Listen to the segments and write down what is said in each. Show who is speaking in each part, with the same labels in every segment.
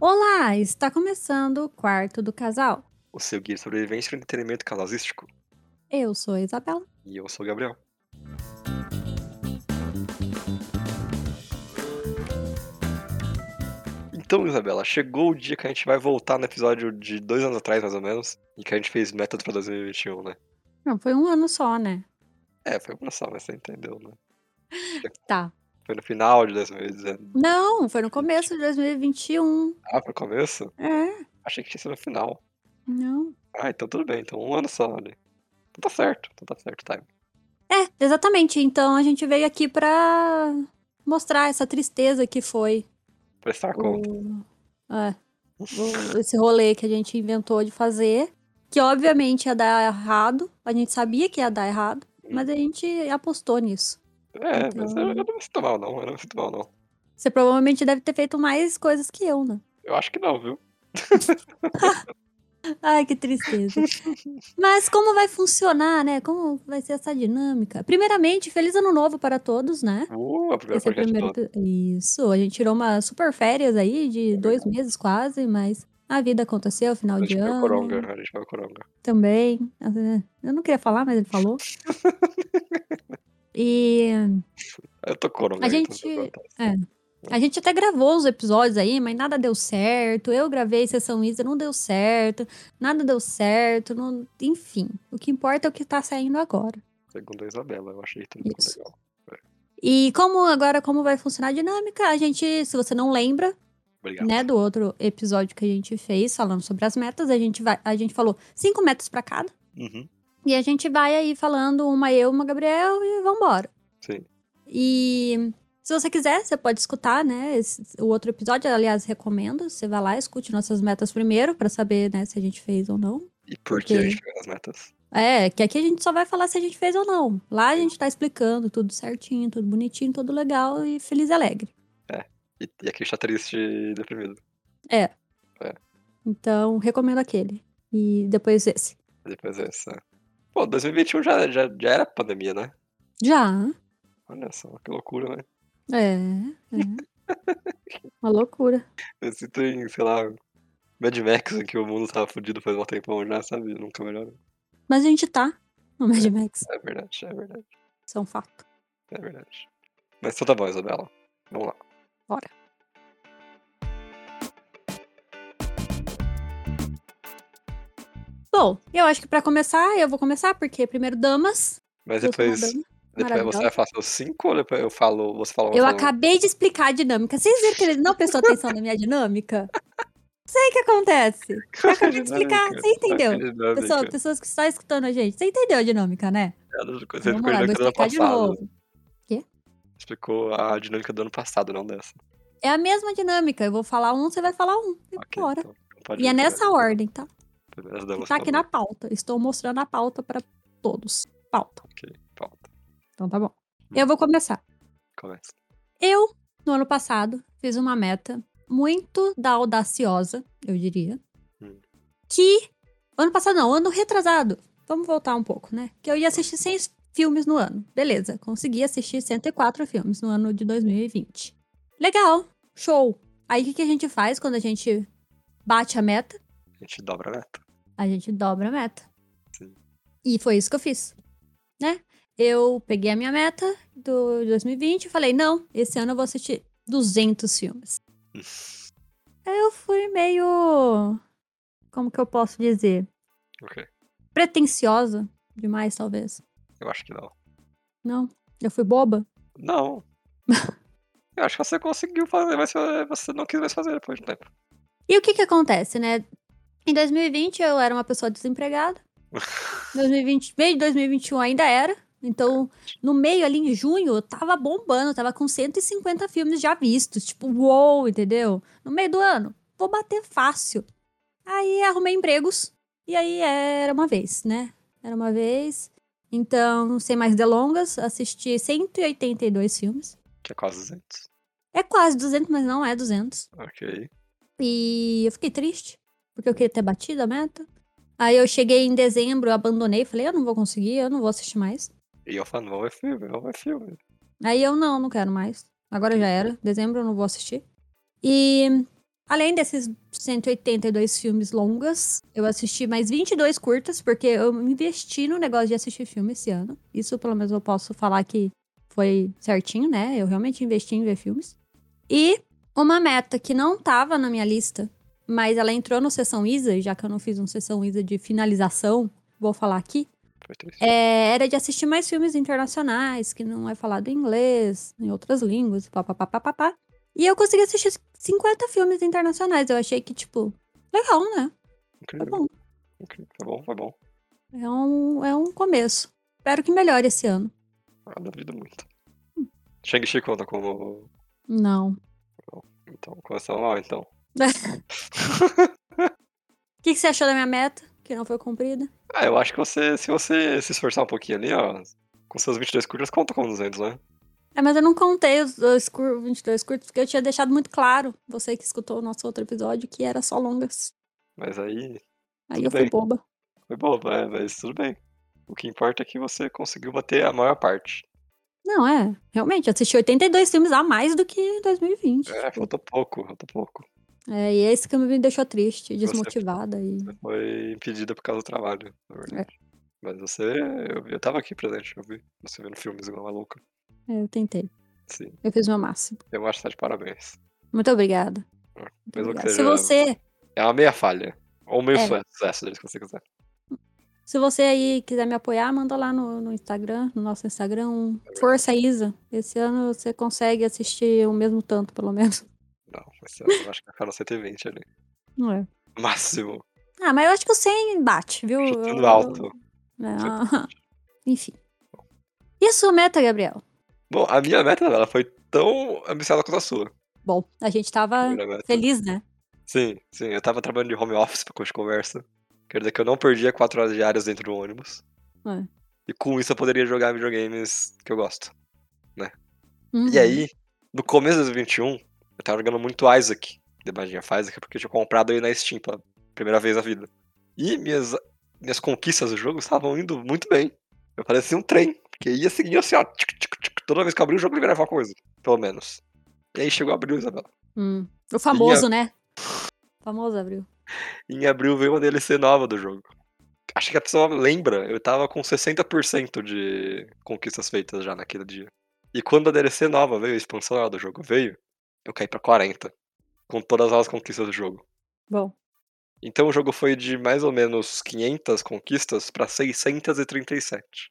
Speaker 1: Olá, está começando o quarto do casal.
Speaker 2: O seu guia de sobrevivência para o entretenimento casalístico.
Speaker 1: Eu sou a Isabela.
Speaker 2: E eu sou o Gabriel. Então, Isabela, chegou o dia que a gente vai voltar no episódio de dois anos atrás, mais ou menos, e que a gente fez método pra 2021, né?
Speaker 1: Não, foi um ano só, né?
Speaker 2: É, foi uma só, mas você entendeu, né?
Speaker 1: Tá.
Speaker 2: Foi no final de 2019.
Speaker 1: Não, foi no começo de 2021.
Speaker 2: Ah, foi o começo?
Speaker 1: É,
Speaker 2: Achei que tinha sido no final.
Speaker 1: não.
Speaker 2: Ah, então tudo bem, então um ano só, né? Então tá certo, então tá certo o time.
Speaker 1: É, exatamente. Então a gente veio aqui pra mostrar essa tristeza que foi
Speaker 2: Prestar Tá conta.
Speaker 1: o, é, o- esse rolê que a gente inventou de fazer, que obviamente ia dar errado, a gente sabia que ia dar errado, mas a gente apostou nisso.
Speaker 2: É, mas eu, eu
Speaker 1: então-
Speaker 2: não me sinto mal, não. Eu não me sinto mal, não.
Speaker 1: Você provavelmente deve ter feito mais coisas que eu, né?
Speaker 2: Eu acho que não, viu?
Speaker 1: Ai, que tristeza. Mas como vai funcionar, né? Como vai ser essa dinâmica? Primeiramente, feliz ano novo para todos, né?
Speaker 2: Uh, a primeira
Speaker 1: Esse é o
Speaker 2: podcast
Speaker 1: primeiro
Speaker 2: toda.
Speaker 1: epi- Isso, a gente tirou uma super férias aí de dois meses quase, mas a vida aconteceu, final
Speaker 2: A
Speaker 1: de
Speaker 2: gente foi o
Speaker 1: ano.
Speaker 2: Coronga, a gente foi o Coronga.
Speaker 1: Também. Eu não queria falar, mas ele falou. e
Speaker 2: Eu tô Coronga.
Speaker 1: A
Speaker 2: então,
Speaker 1: gente-
Speaker 2: eu tô-
Speaker 1: a gente até gravou os episódios aí, mas nada deu certo. Eu gravei sessão Isa, não deu certo. Nada deu certo. não- Enfim, o que importa é o que tá saindo agora.
Speaker 2: Segundo a Isabela, eu achei tudo muito
Speaker 1: Isso.
Speaker 2: legal.
Speaker 1: E como agora, como vai funcionar a dinâmica? A gente, se você não lembra,
Speaker 2: Obrigado.
Speaker 1: né, do outro episódio que a gente fez falando sobre as metas, a gente vai, a gente falou cinco metas pra cada.
Speaker 2: Uhum.
Speaker 1: E a gente vai aí falando uma eu, uma Gabriel e vambora.
Speaker 2: Sim.
Speaker 1: E se você quiser, você pode escutar, né, esse- o outro episódio, aliás, recomendo, você vai lá, escute nossas metas primeiro pra saber, né, se a gente fez ou não.
Speaker 2: E por que a
Speaker 1: Ok.
Speaker 2: gente fez as metas?
Speaker 1: É, que aqui a gente só vai falar se a gente fez ou não. Lá a gente tá explicando tudo certinho, tudo bonitinho, tudo legal e feliz e alegre.
Speaker 2: E, e aqui está triste e deprimido.
Speaker 1: Então, recomendo aquele. E depois esse.
Speaker 2: Depois dessa. Pô, 2021 já, já, já era pandemia, né?
Speaker 1: Já.
Speaker 2: Olha só, que loucura, né?
Speaker 1: É. é. Uma loucura.
Speaker 2: Eu sinto em, sei lá, Mad Max, em que o mundo tava fudido faz um tempão já, sabe? Nunca melhor.
Speaker 1: Mas a gente tá no Mad Max.
Speaker 2: É verdade, é verdade.
Speaker 1: Isso é um fato.
Speaker 2: É verdade. Mas então tá bom, Isabela. Vamos lá.
Speaker 1: Bora. Bom, eu acho que pra começar, eu vou começar, porque primeiro damas.
Speaker 2: Mas
Speaker 1: eu sou uma dama.
Speaker 2: depois, depois você
Speaker 1: tá maravilhosa.
Speaker 2: vai falar seus 5 ou depois eu falo, você fala
Speaker 1: Eu
Speaker 2: fala-
Speaker 1: acabei de explicar a dinâmica. Vocês viram que ele não prestou atenção na minha dinâmica? Sei o que acontece.
Speaker 2: Tá
Speaker 1: Eu acabei de explicar, você entendeu? Pessoal,
Speaker 2: Pessoal,
Speaker 1: pessoas que estão escutando a gente, você entendeu a dinâmica, né?
Speaker 2: você
Speaker 1: Vamos lá, vou
Speaker 2: do ano
Speaker 1: explicar de
Speaker 2: passado.
Speaker 1: novo.
Speaker 2: Explicou a dinâmica do ano passado, não dessa.
Speaker 1: É a mesma dinâmica. Eu vou falar um, você vai falar um. E
Speaker 2: Ok,
Speaker 1: bora.
Speaker 2: então, então pode Então
Speaker 1: E é
Speaker 2: ir,
Speaker 1: nessa
Speaker 2: primeiras-
Speaker 1: ordem, tá?
Speaker 2: primeiras
Speaker 1: que
Speaker 2: damas,
Speaker 1: tá
Speaker 2: por
Speaker 1: aqui na
Speaker 2: favor.
Speaker 1: pauta. Estou mostrando a pauta para todos. Pauta.
Speaker 2: Ok, pauta.
Speaker 1: Então tá bom.
Speaker 2: Hum.
Speaker 1: Eu vou começar.
Speaker 2: Começa.
Speaker 1: Eu, no ano passado, fiz uma meta muito da audaciosa, eu diria.
Speaker 2: Hum.
Speaker 1: Que. Ano passado, não, ano retrasado. Vamos voltar um pouco, né? Que eu ia assistir 100 filmes no ano. Beleza, consegui assistir 104 filmes no ano de 2020. Legal, show. Aí o que, que a gente faz quando a gente bate a meta?
Speaker 2: A gente dobra a meta.
Speaker 1: a gente dobra a meta.
Speaker 2: Sim.
Speaker 1: E foi isso que eu fiz, né? Eu peguei a minha meta do 2020 e falei, não, esse ano eu vou assistir 200 filmes. Aí eu fui meio... Como que eu posso dizer?
Speaker 2: Ok.
Speaker 1: Pretenciosa demais, talvez.
Speaker 2: Eu acho que não.
Speaker 1: Não, eu fui boba.
Speaker 2: Não. eu acho que você conseguiu fazer, mas você não quis mais fazer depois de um tempo.
Speaker 1: E o que que acontece, né? Em 2020 eu era uma pessoa desempregada. 2020, meio de 2021 ainda era. Então, no meio ali em junho, eu tava bombando, eu tava com 150 filmes já vistos, tipo, uou, entendeu? No meio do ano, vou bater fácil. Aí arrumei empregos e aí era uma vez, né? Era uma vez. Então, sem mais delongas, assisti 182 filmes.
Speaker 2: Que é quase 200.
Speaker 1: É quase 200, mas não é 200.
Speaker 2: Ok.
Speaker 1: E eu fiquei triste, porque eu queria ter batido a meta. Aí eu cheguei em dezembro, eu abandonei, falei, eu não vou conseguir, eu não vou assistir mais.
Speaker 2: E eu falo, não é filme, não é filme.
Speaker 1: Aí eu, não, não quero mais. Agora já era, dezembro eu não vou assistir. E Além desses 182 filmes longas, eu assisti mais 22 curtas, porque eu me investi no negócio de assistir filme esse ano. Isso, pelo menos, eu posso falar que foi certinho, né? Eu realmente investi em ver filmes. E uma meta que não tava na minha lista, mas ela entrou no Sessão Isa, já que eu não fiz um Sessão Isa de finalização, vou falar aqui.
Speaker 2: Foi triste.
Speaker 1: é, era de assistir mais filmes internacionais, que não é falado em inglês, em outras línguas, papapá. E eu consegui assistir 50 filmes internacionais. Eu achei que, tipo, legal, né? Tá
Speaker 2: Incrível,
Speaker 1: bom.
Speaker 2: incrível. Tá bom, tá bom.
Speaker 1: É um, é um começo. Espero que melhore esse ano.
Speaker 2: Ah, duvido muito.
Speaker 1: Hum.
Speaker 2: Shang-Chi conta como.
Speaker 1: Não. O
Speaker 2: Então, começou mal, então.
Speaker 1: que, que você achou da minha meta? Que não foi cumprida?
Speaker 2: Ah, eu acho que você, se você se esforçar um pouquinho ali, ó, com seus 22 curtas, conta com 200, né?
Speaker 1: É, mas eu não contei os dois cur- 22 curtos, porque eu tinha deixado muito claro, você que escutou o nosso outro episódio, que era só longas.
Speaker 2: Mas aí,
Speaker 1: Aí
Speaker 2: Tudo
Speaker 1: eu fui
Speaker 2: bem.
Speaker 1: boba.
Speaker 2: foi bom, né? mas tudo bem. O que importa é que você conseguiu bater a maior parte.
Speaker 1: Não, é. Realmente, eu assisti 82 filmes a mais do que em 2020.
Speaker 2: É, falta pouco, falta pouco.
Speaker 1: É, e é isso que me deixou triste, desmotivada. E...
Speaker 2: Você foi impedida por causa do trabalho, na verdade.
Speaker 1: É.
Speaker 2: Mas você, eu, eu tava aqui presente, eu vi você vendo filmes igual maluca.
Speaker 1: É, eu tentei.
Speaker 2: Sim,
Speaker 1: Eu fiz o meu máximo.
Speaker 2: eu acho que tá de parabéns.
Speaker 1: Muito obrigada. Muito
Speaker 2: Mesmo que
Speaker 1: obrigada.
Speaker 2: seja
Speaker 1: Se você
Speaker 2: É uma meia falha. Ou meio
Speaker 1: É.
Speaker 2: sucesso, se você quiser.
Speaker 1: Se você aí quiser me apoiar, manda lá no, no Instagram, no nosso Instagram, um Força Isa. Esse ano você consegue assistir o mesmo tanto, pelo menos.
Speaker 2: Não, mas eu acho que vai ficar no 120 ali.
Speaker 1: Não é?
Speaker 2: Máximo.
Speaker 1: Ah, mas eu acho que o 100 bate, viu? Eu-
Speaker 2: Chutando
Speaker 1: eu-
Speaker 2: alto.
Speaker 1: É, Enfim. E a sua meta, Gabriel?
Speaker 2: Bom, a minha meta, ela foi tão ambiciosa quanto a sua.
Speaker 1: Bom, a gente
Speaker 2: a
Speaker 1: tava
Speaker 2: minha meta.
Speaker 1: feliz, né? sim.
Speaker 2: Sim, sim. Eu tava trabalhando de home office pra gente conversa. Quer dizer que eu não perdia 4 horas diárias dentro do ônibus.
Speaker 1: É.
Speaker 2: E com isso eu poderia jogar videogames que eu gosto.
Speaker 1: Uhum.
Speaker 2: E aí, no começo de 2021, eu tava jogando muito Isaac. Debadinha Isaac, porque eu tinha comprado ele na Steam pela primeira vez na vida. E minhas, minhas conquistas do jogo estavam indo muito bem. Eu parecia um trem, porque ia seguindo assim, ó. Tic, tic, tic, toda vez que eu abri o jogo, ele virava uma coisa, pelo menos. E aí chegou abril, Isabela.
Speaker 1: Hum. O
Speaker 2: é.
Speaker 1: famoso, né? Famoso abril.
Speaker 2: em abril veio uma DLC nova do jogo. Acho que a pessoa lembra, eu tava com 60% de conquistas feitas já naquele dia. E quando a DLC nova veio, a expansão nova do jogo veio, eu caí pra 40, com todas as conquistas do jogo.
Speaker 1: Bom,
Speaker 2: Então o jogo foi de mais ou menos 500 conquistas pra 637.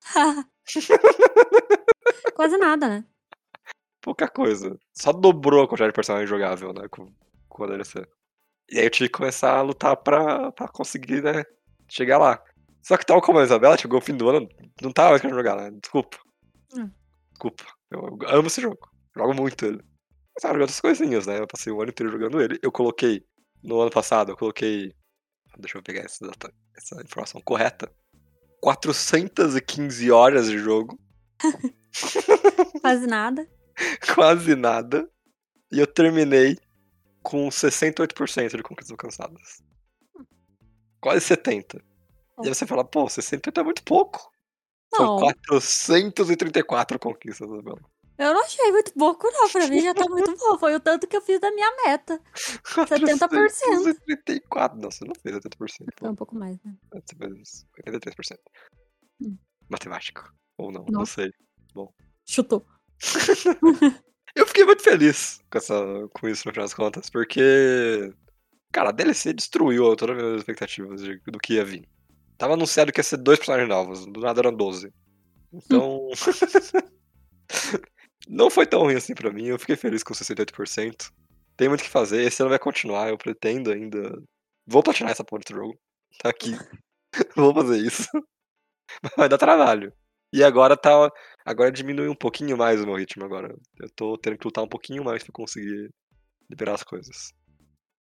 Speaker 1: quase nada, né?
Speaker 2: Pouca coisa. Só dobrou a quantidade de personagem jogável, né, com, com a DLC. E aí eu tive que começar a lutar pra, pra conseguir, né, chegar lá. Só que tal como a Isabela, chegou o fim do ano, não tava mais querendo jogar, né? Desculpa.
Speaker 1: Hum.
Speaker 2: Desculpa. Eu, eu amo esse jogo. Jogo muito ele. Mas tava jogando outras coisinhas, né? Eu passei o ano inteiro jogando ele. Eu coloquei, no ano passado, eu coloquei... Deixa eu pegar essa, data- essa informação correta. 415 horas de jogo,
Speaker 1: Quase nada.
Speaker 2: quase nada. E eu terminei com 68% de conquistas alcançadas. Quase 70. E aí você fala, pô, 68 é muito pouco. São
Speaker 1: Não,
Speaker 2: 434 conquistas, Isabela.
Speaker 1: eu não achei muito pouco, não. Pra mim já tá muito bom. Foi o tanto que eu fiz da minha meta. 70%.
Speaker 2: 434. Não, você não fez 70%.
Speaker 1: Foi um pouco mais, né?
Speaker 2: Você fez 83%.
Speaker 1: Hum.
Speaker 2: Matemático. Ou não, não
Speaker 1: Nossa.
Speaker 2: sei.
Speaker 1: Chutou.
Speaker 2: Eu fiquei muito feliz com, essa, com isso, no final das contas, porque. Cara, a DLC destruiu todas as minhas expectativas de- do que ia vir. Tava anunciado que ia ser dois personagens novos, do nada eram 12. Então. não foi tão ruim assim pra mim, eu fiquei feliz com 68%. Tem muito o que fazer, esse ano vai continuar, eu pretendo ainda. Vou platinar essa porra desse jogo. Tá aqui. Vou fazer isso. Mas vai dar trabalho. E agora tá. Agora diminui um pouquinho mais o meu ritmo agora. Eu tô tendo que lutar um pouquinho mais pra conseguir liberar as coisas.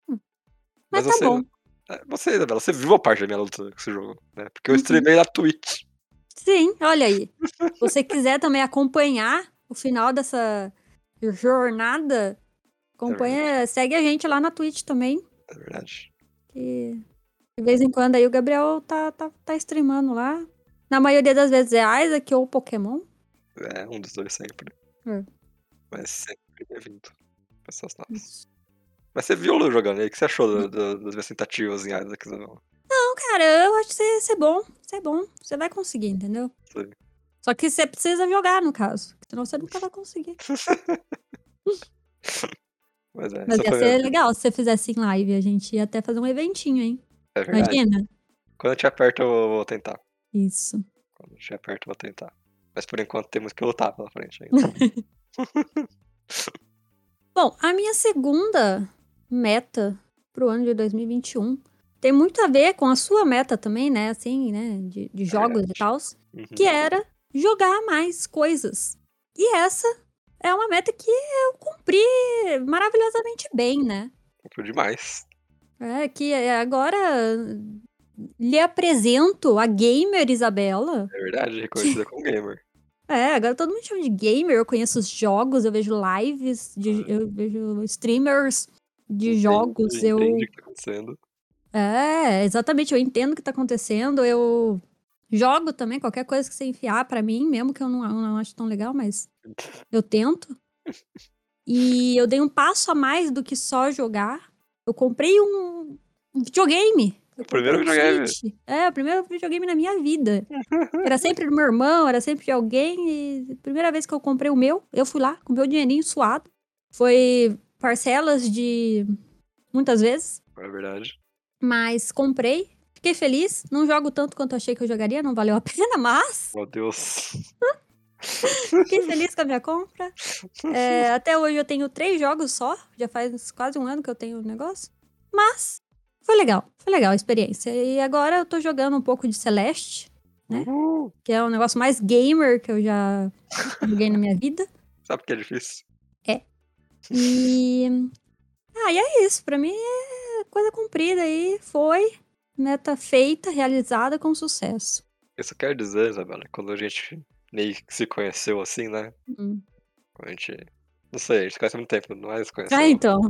Speaker 1: Hum. Mas,
Speaker 2: você,
Speaker 1: tá bom.
Speaker 2: é, Você, Isabela, você viu a parte da minha luta com esse jogo, né? Porque eu
Speaker 1: Uhum.
Speaker 2: streamei na Twitch.
Speaker 1: Sim, olha aí. Se você quiser também acompanhar o final dessa jornada, acompanha, segue a gente lá na Twitch também.
Speaker 2: É verdade.
Speaker 1: Que de vez em quando aí o Gabriel tá, tá, tá streamando lá. Na maioria das vezes é Isaac ou Pokémon.
Speaker 2: É, um dos dois sempre.
Speaker 1: É.
Speaker 2: Mas sempre bem-vindo. Pessoas novas. Mas você viu o Lu jogando aí? O que você achou da- da- das minhas tentativas em áreas aqui? Não?
Speaker 1: Então, cara, eu acho que você você é bom. Você é bom. Você vai conseguir, entendeu?
Speaker 2: Sim.
Speaker 1: Só que você precisa jogar, no caso. Senão você nunca vai conseguir.
Speaker 2: Mas é,
Speaker 1: Mas
Speaker 2: essa
Speaker 1: ia
Speaker 2: foi
Speaker 1: ser
Speaker 2: minha-
Speaker 1: legal se você fizesse em live. A gente ia até fazer um eventinho, hein?
Speaker 2: é verdade.
Speaker 1: Imagina?
Speaker 2: Quando eu te aperto, eu vou tentar.
Speaker 1: Isso.
Speaker 2: Quando eu te aperto, eu vou tentar. Mas por enquanto temos que lutar pela frente ainda.
Speaker 1: Bom, a minha segunda meta pro ano de 2021 tem muito a ver com a sua meta também, né? Assim, né? De, de jogos e
Speaker 2: É verdade.
Speaker 1: tal.
Speaker 2: Uhum.
Speaker 1: Que era jogar mais coisas. E essa é uma meta que eu cumpri maravilhosamente bem, né?
Speaker 2: Comprou demais.
Speaker 1: É que é, agora lhe apresento a gamer Isabela.
Speaker 2: É verdade, reconhecida como gamer.
Speaker 1: É, agora todo mundo chama de gamer. Eu conheço os jogos, eu vejo lives, de- eu vejo streamers de
Speaker 2: Entende-
Speaker 1: jogos. Eu
Speaker 2: Entende o que tá acontecendo.
Speaker 1: É, exatamente, eu entendo o que tá acontecendo, eu jogo também, qualquer coisa que você enfiar pra mim, mesmo que eu não, eu não acho tão legal, mas eu tento. E eu dei um passo a mais do que só jogar. Eu comprei um um videogame. Eu
Speaker 2: O primeiro
Speaker 1: comprei um
Speaker 2: videogame.
Speaker 1: Switch. É, o primeiro videogame na minha vida. Era sempre do meu irmão, era sempre de alguém. E a primeira vez que eu comprei o meu, eu fui lá com o meu dinheirinho suado. Foi parcelas de muitas vezes
Speaker 2: É verdade.
Speaker 1: mas comprei. Fiquei feliz, não jogo tanto quanto eu achei que eu jogaria, não valeu a pena, mas
Speaker 2: Meu Deus.
Speaker 1: fiquei feliz com a minha compra. É, até hoje eu tenho três jogos só, já faz quase um ano que eu tenho o negócio. Mas foi legal, foi legal a experiência. E agora eu tô jogando um pouco de Celeste, Né?
Speaker 2: Uhul.
Speaker 1: que é o negócio mais gamer que eu já joguei na minha vida.
Speaker 2: Sabe o que é difícil?
Speaker 1: E. Ah, e é isso. Pra mim é coisa cumprida e foi meta feita, realizada com sucesso.
Speaker 2: Isso quer dizer, Isabela, quando a gente meio que se conheceu assim, né?
Speaker 1: Hum.
Speaker 2: Quando a gente. Não sei, a gente se conhece há muito tempo, não é se conheceu.
Speaker 1: Ah, então.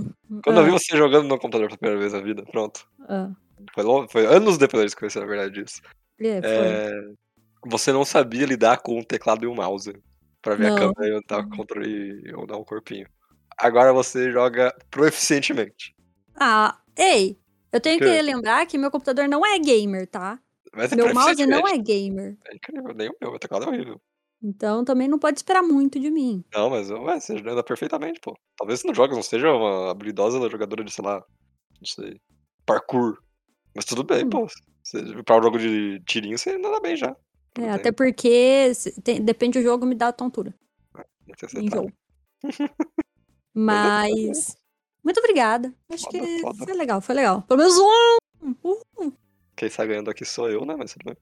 Speaker 2: Quando eu vi
Speaker 1: Ah,
Speaker 2: você jogando no computador pela primeira vez na vida, pronto.
Speaker 1: ah.
Speaker 2: Foi, long... foi anos depois da gente se conhecer, na verdade, isso.
Speaker 1: É, foi.
Speaker 2: É, Você não sabia lidar com um teclado e um mouse Pra ver a
Speaker 1: Não.
Speaker 2: câmera e andar o controle e ou dar um corpinho. Agora você joga proeficientemente.
Speaker 1: Ah, ei! Eu tenho que
Speaker 2: Que?
Speaker 1: lembrar que meu computador não é gamer, tá?
Speaker 2: Mas é
Speaker 1: Meu mouse não
Speaker 2: proeficientemente,
Speaker 1: é gamer.
Speaker 2: é incrível, nem o meu, meu teclado é horrível.
Speaker 1: Então também não pode esperar muito de mim.
Speaker 2: Não, mas ué, você anda perfeitamente, pô. Talvez você não joga, não seja uma habilidosa jogadora de, sei lá, não sei, parkour. Mas tudo bem,
Speaker 1: Hum.
Speaker 2: pô. Você, pra um jogo de tirinho, você nada bem já. Tudo
Speaker 1: É,
Speaker 2: bem,
Speaker 1: até porque se- tem- depende do jogo, me dá tontura
Speaker 2: tem que tá,
Speaker 1: em
Speaker 2: aceitar.
Speaker 1: jogo. Mas. Muito obrigada. Acho
Speaker 2: Foda,
Speaker 1: que
Speaker 2: foda.
Speaker 1: foi legal, foi legal. Pelo menos um! Uh,
Speaker 2: Quem sai ganhando aqui sou eu, né? Mas tudo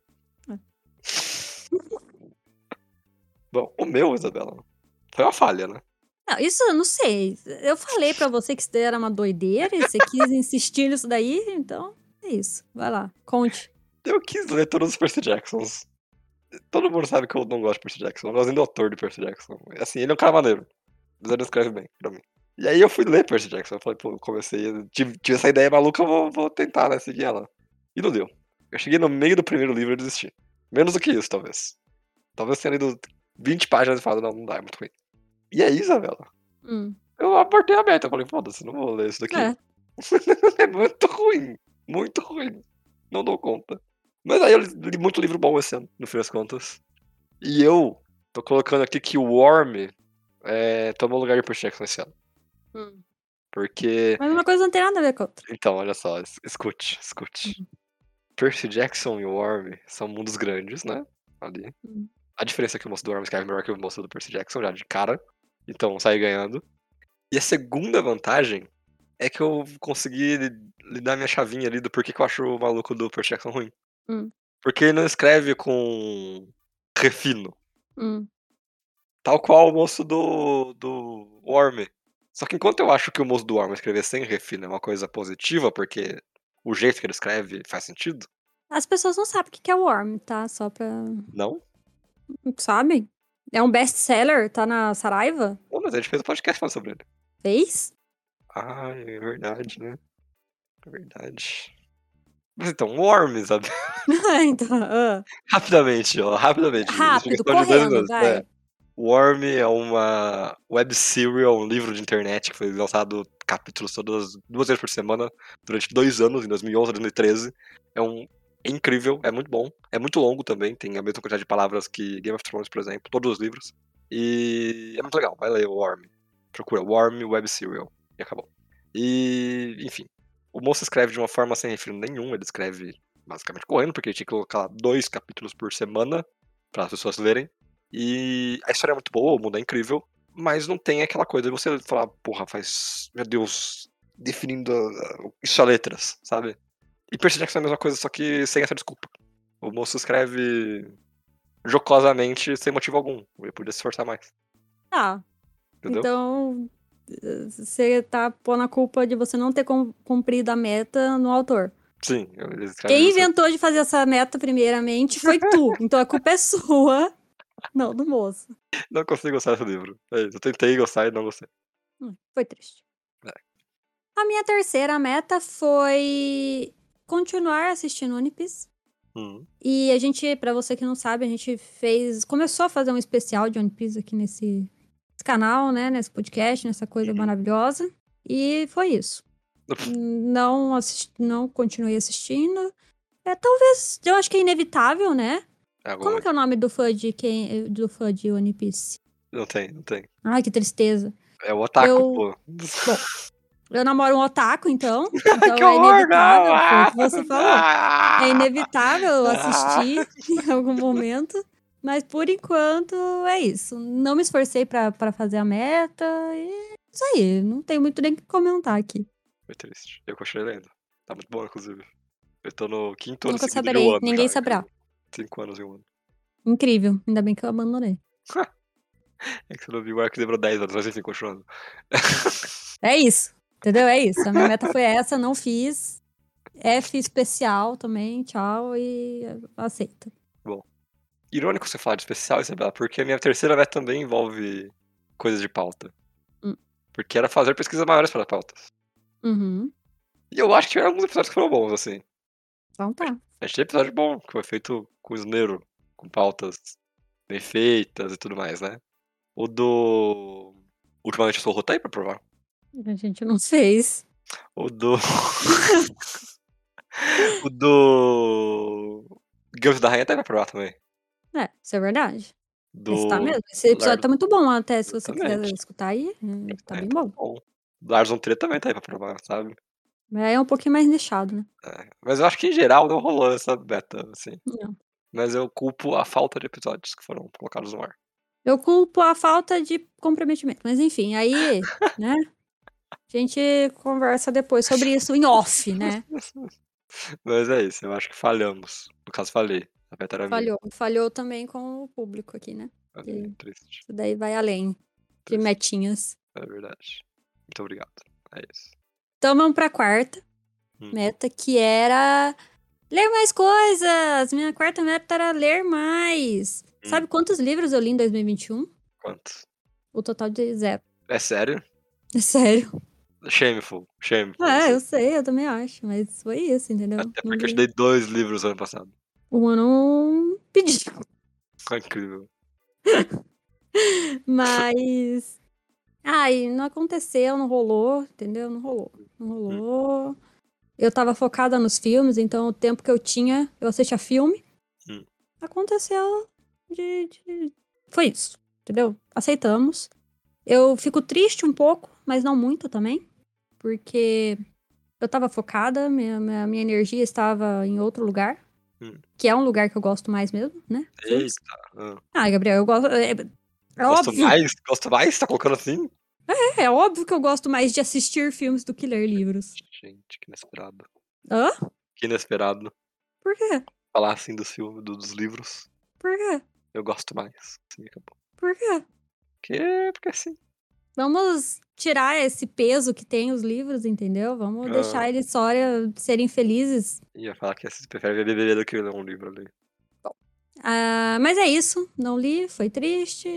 Speaker 2: bem. Bom, o meu, Isabela, foi uma falha, né?
Speaker 1: Não, isso eu não sei. Eu falei pra você que isso daí era uma doideira, e você quis insistir nisso daí, então é isso. Vai lá, conte.
Speaker 2: Eu quis ler todos os Percy Jacksons. Todo mundo sabe que eu não gosto de Percy Jackson. Eu não gosto nem do autor de Percy Jackson. Assim, ele é um cara maneiro. Mas ele não escreve bem pra mim. E aí eu fui ler Percy Jackson. Eu falei, pô, comecei. eu Tive, tive essa ideia maluca, eu vou, vou tentar, né? Seguir ela. E não deu. Eu cheguei no meio do primeiro livro e desisti. Menos do que isso, talvez. Talvez tenha lido 20 páginas e falado, não, não dá, é muito ruim. E aí, Isabela,
Speaker 1: Hum.
Speaker 2: eu abortei a meta. Eu falei, foda-se, não vou ler isso daqui.
Speaker 1: É.
Speaker 2: É muito ruim. Muito ruim. Não dou conta. Mas aí eu li muito livro bom esse ano, no fim das contas. E eu tô colocando aqui que o Worm é, tomou lugar de Percy Jackson esse ano.
Speaker 1: Hum.
Speaker 2: Porque.
Speaker 1: Mas uma coisa não tem nada a ver com a outra.
Speaker 2: Então, olha só, es- escute, escute. Percy Jackson e o Worm são mundos grandes, né? Ali.
Speaker 1: Uhum.
Speaker 2: A diferença é que o moço do Worm escreve melhor que o moço do Percy Jackson, já de cara. Então, sai ganhando. E a segunda vantagem é que eu consegui li- lidar minha chavinha ali do porquê que eu acho o maluco do Percy Jackson ruim.
Speaker 1: Hum.
Speaker 2: Porque ele não escreve com refino.
Speaker 1: Hum.
Speaker 2: Tal qual o moço do, do Worm. Só que enquanto eu acho que o moço do Worm escrever sem refino é uma coisa positiva, porque o jeito que ele escreve faz sentido,
Speaker 1: As pessoas não sabem o que que é Worm, tá? Só pra.
Speaker 2: não.
Speaker 1: Não sabem? É um best-seller, tá na Saraiva? É
Speaker 2: Não, mas a gente fez um podcast falando sobre ele.
Speaker 1: Fez?
Speaker 2: Ah, é verdade, né? É verdade. Mas então, Worm, Isabel.
Speaker 1: então, ah.
Speaker 2: Rapidamente, ó, rapidamente. isso fica
Speaker 1: Rápido,
Speaker 2: questão de dois
Speaker 1: correndo,
Speaker 2: minutos,
Speaker 1: vai.
Speaker 2: é. Worm é uma web serial, um livro de internet que foi lançado capítulos todas duas vezes por semana durante dois anos, em 2011 e 2013. É um é incrível, é muito bom, é muito longo também, tem a mesma quantidade de palavras que Game of Thrones, por exemplo, todos os livros. E é muito legal, vai ler Worm. Procura Worm Web Serial e acabou. E, enfim, o moço escreve de uma forma sem refino nenhum, ele escreve basicamente correndo, porque ele tinha que colocar dois capítulos por semana para as pessoas lerem. E a história é muito boa, o mundo é incrível, mas não tem aquela coisa de você falar, porra, faz, meu Deus, definindo isso a letras, sabe? E Percy Jackson é a mesma coisa, só que sem essa desculpa. O moço escreve jocosamente, sem motivo algum. Ele podia se esforçar mais.
Speaker 1: Ah,
Speaker 2: Entendeu?
Speaker 1: então você tá pondo a culpa de você não ter cum- cumprido a meta no autor.
Speaker 2: Sim, ele escreve.
Speaker 1: Quem
Speaker 2: É isso.
Speaker 1: inventou de fazer essa meta primeiramente foi tu. então a culpa é sua, não do moço.
Speaker 2: Não consigo gostar desse livro. É isso, eu tentei gostar e não gostei.
Speaker 1: Hum, Foi triste.
Speaker 2: É.
Speaker 1: A minha terceira meta foi continuar assistindo One Piece.
Speaker 2: Hum.
Speaker 1: E a gente, pra você que não sabe, a gente fez, começou a fazer um especial de One Piece aqui nesse, nesse canal, né, nesse podcast, nessa coisa
Speaker 2: Uhum.
Speaker 1: maravilhosa. E foi isso. não assisti, não continuei assistindo. É, talvez, eu acho que é inevitável, né? Como
Speaker 2: Agora,
Speaker 1: que é o nome do fã de quem do fã de One Piece?
Speaker 2: não tem, não tem.
Speaker 1: Ai, que tristeza.
Speaker 2: É o ataque,
Speaker 1: Eu-
Speaker 2: pô.
Speaker 1: Eu namoro um otaku, então. Então
Speaker 2: Ah, Que
Speaker 1: é
Speaker 2: horror,
Speaker 1: inevitável.
Speaker 2: não!
Speaker 1: Foi o que você falou.
Speaker 2: Ah!
Speaker 1: É inevitável eu assistir em algum momento. Mas por enquanto é isso. Não me esforcei pra, pra fazer a meta. E é isso aí. Não tem muito nem o que comentar aqui.
Speaker 2: Foi triste. Eu continuei lendo. Tá muito bom, inclusive. Eu tô no quinto ano
Speaker 1: Nunca
Speaker 2: seguido
Speaker 1: saberei.
Speaker 2: de um ano.
Speaker 1: Ninguém
Speaker 2: já,
Speaker 1: saberá.
Speaker 2: Cinco anos em um ano.
Speaker 1: Incrível. Ainda bem que eu abandonei.
Speaker 2: É que você não viu o arco demorou 10 anos, mas enfim, continuando.
Speaker 1: É isso. Entendeu? É isso. A minha meta foi essa. Não fiz. F especial também. Tchau. E aceita.
Speaker 2: Irônico você falar de especial, Isabela, porque a minha terceira meta também envolve coisas de pauta.
Speaker 1: Hum.
Speaker 2: Porque era fazer pesquisas maiores para pautas.
Speaker 1: Uhum.
Speaker 2: E eu acho que tiveram alguns episódios que foram bons, assim.
Speaker 1: Então tá.
Speaker 2: A gente tem episódio bom, que foi feito com esmero, com pautas bem feitas e tudo mais, né? O do. Ultimamente eu sou roteiro pra provar.
Speaker 1: A gente não fez.
Speaker 2: O do. o do. Guilherme da Rainha tá aí pra provar também.
Speaker 1: É, isso é verdade.
Speaker 2: Do.
Speaker 1: Esse tá mesmo. Esse episódio
Speaker 2: Lardo.
Speaker 1: tá muito bom até, se você quiser
Speaker 2: Exatamente.
Speaker 1: escutar aí. hum, Tá
Speaker 2: É,
Speaker 1: bem bom.
Speaker 2: bom. Do Lars von Trier também tá aí pra provar, sabe?
Speaker 1: Mas aí é um pouquinho mais nichado, né?
Speaker 2: É, Mas eu acho que em geral não rolou essa beta, assim.
Speaker 1: Não.
Speaker 2: Mas eu culpo a falta de episódios que foram colocados no ar.
Speaker 1: Eu culpo a falta de comprometimento. Mas enfim, aí, né? A gente conversa depois sobre isso em off, né?
Speaker 2: Mas é isso, eu acho que falhamos. No caso, falhei. A beta era minha.
Speaker 1: Falhou. Falhou também com o público aqui, né?
Speaker 2: Mas
Speaker 1: Sim.
Speaker 2: é Triste,
Speaker 1: Isso daí vai além de
Speaker 2: triste.
Speaker 1: metinhas.
Speaker 2: É verdade. Muito obrigado. É isso.
Speaker 1: Então vamos pra quarta
Speaker 2: Hum.
Speaker 1: meta, que era ler mais coisas. Minha quarta meta era ler mais.
Speaker 2: Hum.
Speaker 1: Sabe quantos livros eu li em 2021?
Speaker 2: Quanto?
Speaker 1: O total de zero.
Speaker 2: É sério?
Speaker 1: É sério.
Speaker 2: Shameful. Shameful.
Speaker 1: Ah,
Speaker 2: assim.
Speaker 1: eu sei, eu também acho, mas foi isso, entendeu?
Speaker 2: Até
Speaker 1: Não
Speaker 2: porque eu te
Speaker 1: vi-
Speaker 2: dei dois livros ano passado.
Speaker 1: O ano não pedi,
Speaker 2: Foi incrível.
Speaker 1: mas. Ai, não aconteceu, não rolou, entendeu? Não rolou. Não rolou. Eu tava focada nos filmes, então o tempo que eu tinha, eu assistia filme.
Speaker 2: Hum.
Speaker 1: Aconteceu de- de. Foi isso, entendeu? Aceitamos. Eu fico triste um pouco, mas não muito também, porque eu tava focada, minha, minha, minha energia estava em outro lugar,
Speaker 2: Hum.
Speaker 1: que é um lugar que eu gosto mais mesmo, né? Filmes.
Speaker 2: Eita. ah.
Speaker 1: Ah, Gabriel, eu gosto. É, é
Speaker 2: Gosto
Speaker 1: óbvio,
Speaker 2: mais? Gosto mais? Tá colocando assim?
Speaker 1: é óbvio que eu gosto mais de assistir filmes do que ler livros.
Speaker 2: Gente, que inesperado.
Speaker 1: Hã?
Speaker 2: Que inesperado.
Speaker 1: Por quê?
Speaker 2: Falar assim do filme, do- dos livros.
Speaker 1: Por quê?
Speaker 2: Eu gosto mais. Assim, acabou.
Speaker 1: Por quê?
Speaker 2: Porque, porque assim.
Speaker 1: Vamos tirar esse peso que tem os livros, entendeu? Vamos
Speaker 2: Ah.
Speaker 1: deixar eles só eh, serem felizes.
Speaker 2: Ia falar que é assim, você prefere ver beberia do que ler um livro ali.
Speaker 1: Ah, mas é isso. Não li, foi triste.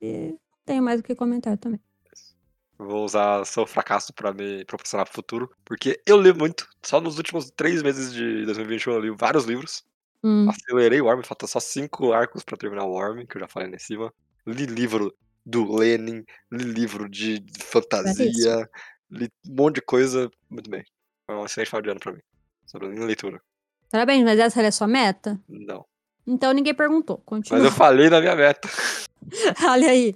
Speaker 1: E não tenho mais o que comentar também.
Speaker 2: Eu Vou usar seu fracasso pra me proporcionar pro futuro. Porque eu li muito. Só nos últimos três meses de 2021 eu li vários livros.
Speaker 1: Hum.
Speaker 2: Acelerei o Worm, falta só cinco arcos pra terminar o Worm, que eu já falei lá em cima. li livro do Lenin, li livro de fantasia, li um monte de coisa. Muito bem. Foi um excelente final de ano pra mim. Sobre a minha leitura.
Speaker 1: Parabéns, mas essa era a sua meta?
Speaker 2: Não.
Speaker 1: Então ninguém perguntou. Continua.
Speaker 2: Mas eu falei da minha meta.
Speaker 1: Olha aí.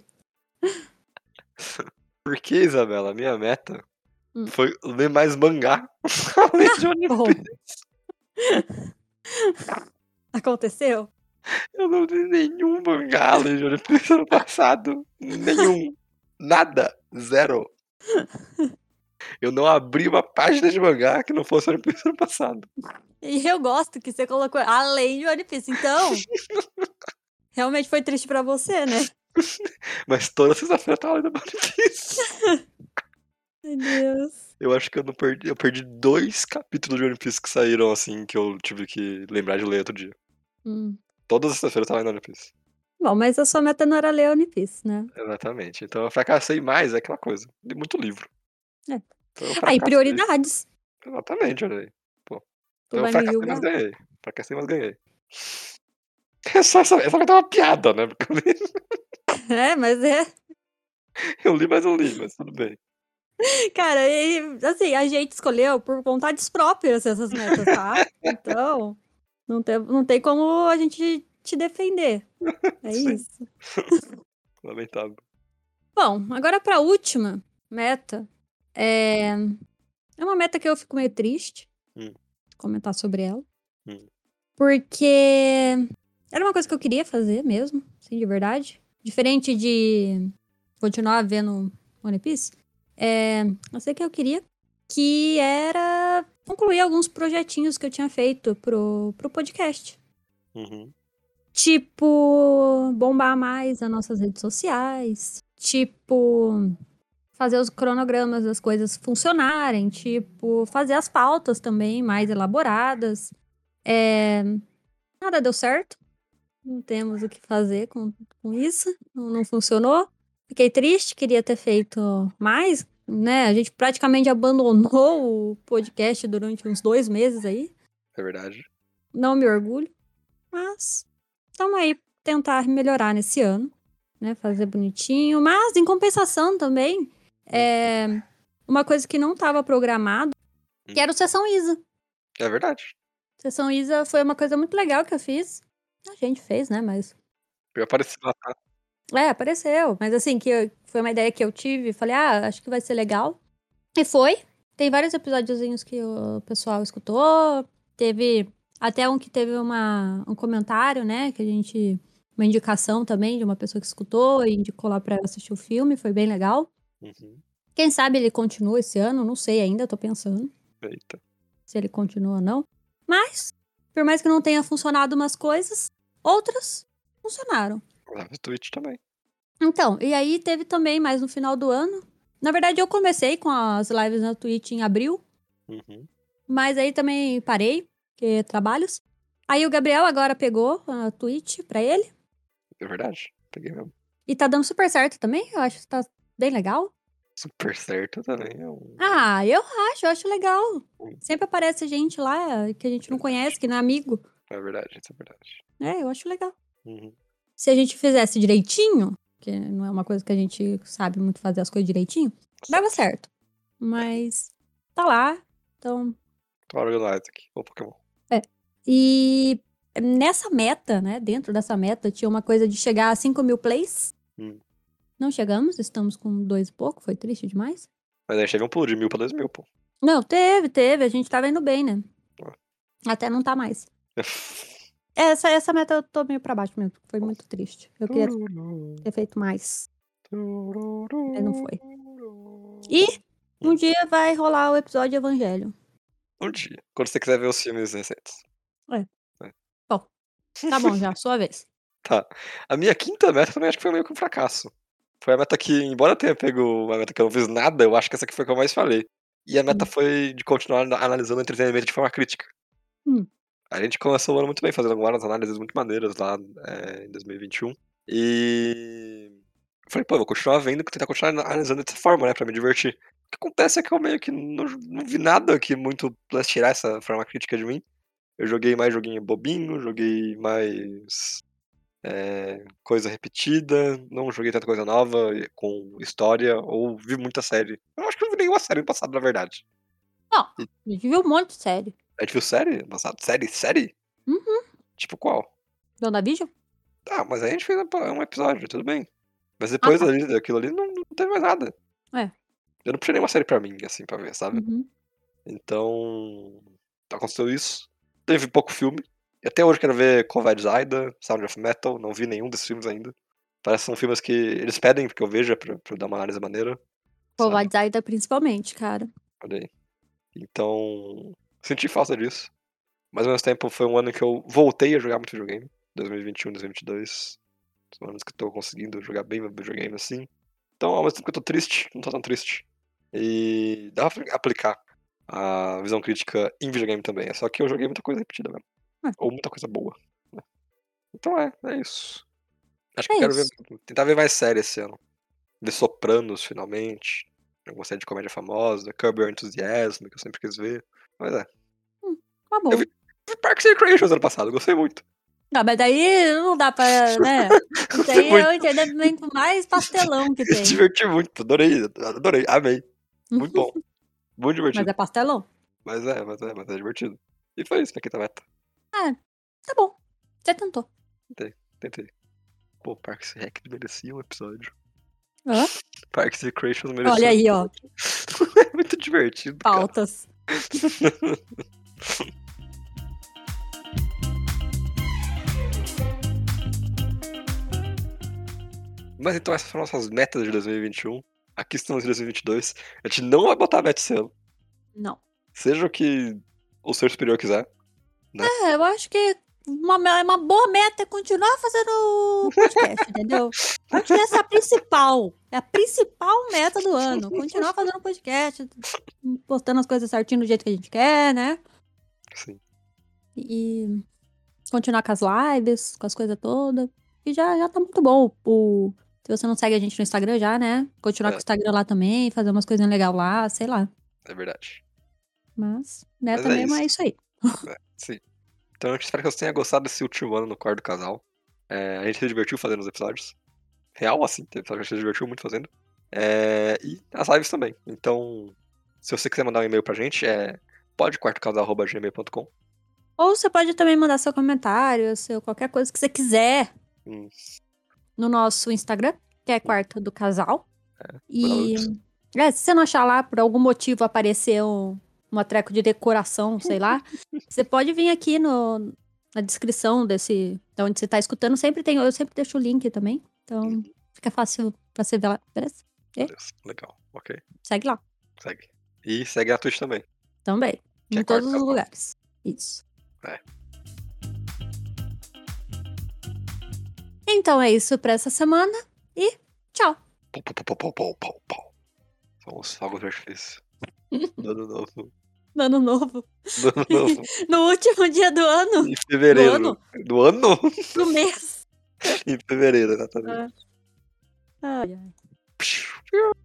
Speaker 2: Porque, Isabela, a minha meta
Speaker 1: Hum. Ah,
Speaker 2: foi ler mais mangá. Além de um One
Speaker 1: Bom.
Speaker 2: Piece.
Speaker 1: Aconteceu?
Speaker 2: Eu não li nenhum mangá além de One Piece ano passado. Nenhum. Nada. Zero. Eu não abri uma página de mangá que não fosse One Piece ano passado.
Speaker 1: E eu gosto que você colocou além de One Piece. Então, realmente foi triste pra você, né?
Speaker 2: Mas toda sexta-feira eu tava lendo One Piece.
Speaker 1: Meu Deus.
Speaker 2: Eu acho que eu não perdi. Eu perdi dois capítulos de One Piece que saíram assim, que eu tive que lembrar de ler outro dia.
Speaker 1: Hum.
Speaker 2: Toda sexta-feira eu tava lendo One Piece.
Speaker 1: Bom, mas a sua meta não era ler One Piece, né?
Speaker 2: Exatamente. Então eu fracassei mais, é aquela coisa. Li muito livro.
Speaker 1: É.
Speaker 2: Então, eu
Speaker 1: Aí,
Speaker 2: fracassei.
Speaker 1: prioridades.
Speaker 2: Exatamente, olha aí.
Speaker 1: Tu
Speaker 2: Então, eu
Speaker 1: vai me
Speaker 2: fracassei, mas
Speaker 1: julgar.
Speaker 2: ganhei. Fracassei, mas ganhei. É só essa, essa vai dar uma piada, né? Porque eu li,
Speaker 1: É, mas é.
Speaker 2: eu li, mas eu li, mas tudo bem.
Speaker 1: Cara, e, assim, a gente escolheu por vontades próprias essas metas, tá? Então, não tem, não tem como a gente te defender. É
Speaker 2: Sim.
Speaker 1: isso.
Speaker 2: Lamentável.
Speaker 1: Bom, agora pra última meta. É... é uma meta que eu fico meio triste
Speaker 2: Hum.
Speaker 1: comentar sobre ela.
Speaker 2: Hum.
Speaker 1: Porque era uma coisa que eu queria fazer mesmo, sim, de verdade. Diferente de continuar vendo One Piece, é... eu sei que eu queria, que era concluir alguns projetinhos que eu tinha feito pro, pro podcast.
Speaker 2: Uhum.
Speaker 1: Tipo, bombar mais as nossas redes sociais. Tipo, fazer os cronogramas das coisas funcionarem. Tipo, fazer as pautas também mais elaboradas. É, Nada deu certo. Não temos o que fazer com, com isso. Não, não funcionou. Fiquei triste, queria ter feito mais. Né? A gente praticamente abandonou o podcast durante uns dois meses aí.
Speaker 2: É verdade.
Speaker 1: Não me orgulho, mas estamos aí pra tentar melhorar nesse ano, né? Fazer bonitinho. Mas, em compensação também, é uma coisa que não estava programado, que era o Sessão Isa.
Speaker 2: É verdade.
Speaker 1: Sessão Isa foi uma coisa muito legal que eu fiz. A gente fez, né? Mas
Speaker 2: Eu apareci lá, tá?
Speaker 1: É, apareceu. Mas assim, que eu- foi uma ideia que eu tive. Falei, ah, acho que vai ser legal. E foi. Tem vários episódiozinhos que o pessoal escutou. Teve até um que teve uma, um comentário, né? Que a gente. Uma indicação também de uma pessoa que escutou e indicou lá pra assistir o filme. Foi bem legal.
Speaker 2: Uhum.
Speaker 1: Quem sabe ele continua esse ano, não sei ainda, tô pensando
Speaker 2: Eita.
Speaker 1: se ele continua ou não. Mas, por mais que não tenha funcionado umas coisas, outras funcionaram.
Speaker 2: Lá no Twitch também.
Speaker 1: Então, e aí teve também mais no final do ano. Na verdade, eu comecei com as lives na Twitch em abril,
Speaker 2: Uhum.
Speaker 1: mas aí também parei, porque é trabalhos. Aí o Gabriel agora pegou a Twitch pra ele
Speaker 2: É verdade. Peguei mesmo.
Speaker 1: e tá dando super certo também. Eu acho que tá bem legal.
Speaker 2: Super certo também. É um...
Speaker 1: Ah, eu acho, eu acho legal.
Speaker 2: Hum.
Speaker 1: Sempre aparece gente lá que a gente não conhece, que não é amigo.
Speaker 2: É verdade, isso é verdade.
Speaker 1: É, eu acho legal.
Speaker 2: Uhum.
Speaker 1: Se a gente fizesse direitinho, que não é uma coisa que a gente sabe muito fazer as coisas direitinho, dava certo. Mas tá lá, então
Speaker 2: Tô organized aqui. Ô, Pokémon.
Speaker 1: E nessa meta, né? Dentro dessa meta, tinha uma coisa de chegar a 5 mil plays.
Speaker 2: Hum.
Speaker 1: Não chegamos, estamos com dois e pouco, foi triste demais.
Speaker 2: Mas aí teve um pulo de mil pra dois mil, pô.
Speaker 1: Não, teve, teve, a gente tava indo bem, né?
Speaker 2: Ah.
Speaker 1: Até não tá mais. Essa, essa meta eu tô meio pra baixo mesmo, foi muito triste. Eu queria
Speaker 2: Hum.
Speaker 1: ter feito mais.
Speaker 2: Mas
Speaker 1: não foi. E
Speaker 2: Hum.
Speaker 1: um dia vai rolar o episódio Evangelho.
Speaker 2: Um dia. Quando você quiser ver os filmes recentes.
Speaker 1: Tá bom, já, sua vez.
Speaker 2: A minha quinta meta também acho que foi meio que um fracasso. Foi a meta que, embora eu tenha pego uma meta que eu não fiz nada, eu acho que essa aqui foi a que eu mais falei. E a meta foi de continuar ana- analisando o entretenimento de forma crítica.
Speaker 1: Hum.
Speaker 2: A gente começou o ano muito bem, fazendo algumas análises muito maneiras lá é, em 2021. E. eu Falei, pô, eu vou continuar vendo, vou tentar continuar analisando dessa forma, né, pra me divertir. O que acontece é que eu meio que não, não vi nada que muito pudesse tirar essa forma crítica de mim. Eu joguei mais joguinho bobinho, joguei mais é, coisa repetida, não joguei tanta coisa nova e- com história, ou vi muita série. Eu acho que eu vi nenhuma série no passado, na verdade.
Speaker 1: A gente viu um monte de série.
Speaker 2: A gente viu série no passado? Série? Série?
Speaker 1: Uhum.
Speaker 2: Tipo qual?
Speaker 1: WandaVision?
Speaker 2: Ah, mas aí a gente fez um um episódio, tudo bem. Mas depois
Speaker 1: tá.
Speaker 2: ali, daquilo ali não, não teve mais nada.
Speaker 1: É.
Speaker 2: Eu não puxei nenhuma série pra mim, assim, pra ver, sabe?
Speaker 1: Uhum.
Speaker 2: Então. Aconteceu isso. Teve pouco filme. E até hoje quero ver Covide Zaida, Sound of Metal. Não vi nenhum desses filmes ainda. Parece que são filmes que eles pedem que eu veja pra, pra eu dar uma análise maneira.
Speaker 1: Pô,
Speaker 2: sabe?
Speaker 1: Zaida principalmente, cara.
Speaker 2: Olha aí. Então. Senti falta disso. Mas ao mesmo tempo foi um ano que eu voltei a jogar muito videogame. 2021, 2022. São anos que eu tô conseguindo jogar bem meu videogame assim. Então, ao mesmo tempo que eu tô triste, não tô tão triste. E dá pra aplicar a visão crítica em videogame também. É só que eu joguei muita coisa repetida mesmo.
Speaker 1: É.
Speaker 2: Ou muita coisa boa. né? Então é, é isso. Acho
Speaker 1: É
Speaker 2: que eu quero ver, tentar ver mais série esse ano. The Sopranos, finalmente. Alguma série de comédia famosa. Curb Your Enthusiasm, que eu sempre quis ver. Mas é.
Speaker 1: Tá bom.
Speaker 2: Eu vi- Vi Parks and Recreations ano passado, gostei muito.
Speaker 1: Ah, mas daí não dá pra, né? Isso aí é o entendimento mais pastelão que tem.
Speaker 2: Diverti muito, adorei, adorei, amei. Muito bom.
Speaker 1: Mas
Speaker 2: Muito divertido.
Speaker 1: é pastelão?
Speaker 2: Mas é, mas é, mas é divertido. E foi isso, Paquita Meta.
Speaker 1: Tá bom. Você tentou.
Speaker 2: Tentei. Pô, Parks and Rec merecia um episódio.
Speaker 1: Hã?
Speaker 2: Parks and Recreations merecia.
Speaker 1: Olha aí, ó.
Speaker 2: É muito divertido, cara.
Speaker 1: Pautas.
Speaker 2: Mas então essas foram nossas metas de 2021. Aqui estamos em 2022. A gente não vai botar meta esse ano.
Speaker 1: Não.
Speaker 2: Seja o que o seu superior quiser.
Speaker 1: É, eu acho que uma, me- uma boa meta é continuar fazendo o podcast, entendeu? Acho que essa é a principal. É a principal meta do ano. Continuar fazendo o podcast, postando as coisas certinho do jeito que a gente quer, né?
Speaker 2: Assim.
Speaker 1: E continuar com as lives, com as coisas todas. E já, já tá muito bom. O, se você não segue a gente no Instagram já, né? Continuar
Speaker 2: É.
Speaker 1: com o Instagram lá também, fazer umas coisinhas legais lá, sei lá.
Speaker 2: É verdade.
Speaker 1: Mas meta
Speaker 2: Mas é
Speaker 1: mesmo é isso aí.
Speaker 2: Sim. Então eu espero que você tenha gostado desse último ano no quarto do casal. É, a gente se divertiu fazendo os episódios. Real, assim, teve episódio que a gente se divertiu muito fazendo. É, e as lives também. Então, se você quiser mandar um e-mail pra gente, é podquartocasal.gmail.com.
Speaker 1: Ou você pode também mandar seu comentário, seu qualquer coisa que você quiser
Speaker 2: Hum.
Speaker 1: no nosso Instagram, que é Quarto do Casal. E
Speaker 2: Maravilhoso.
Speaker 1: é, se você não achar lá, por algum motivo aparecer um, uma treco de decoração, sei lá, você pode vir aqui no, na descrição desse, de onde você tá escutando. Sempre tem, eu sempre deixo o link também. Então
Speaker 2: Uhum.
Speaker 1: fica fácil pra você ver lá, beleza?
Speaker 2: Beleza, Legal, ok.
Speaker 1: Segue lá
Speaker 2: Segue. E segue na Twitch também.
Speaker 1: também.
Speaker 2: Que
Speaker 1: em
Speaker 2: é Quarto
Speaker 1: todos os
Speaker 2: Casal.
Speaker 1: lugares. Isso.
Speaker 2: É.
Speaker 1: Então é isso pra essa semana e tchau.
Speaker 2: Pau, pau, pau, pau, pau, pau, pau. São os fogos de artifício. Do é ano novo.
Speaker 1: Ano novo.
Speaker 2: Do ano novo.
Speaker 1: No último dia do ano,
Speaker 2: Em fevereiro.
Speaker 1: ano?
Speaker 2: Do ano?
Speaker 1: do mês.
Speaker 2: Em fevereiro, exatamente.
Speaker 1: Ai, ai.
Speaker 2: Pshu.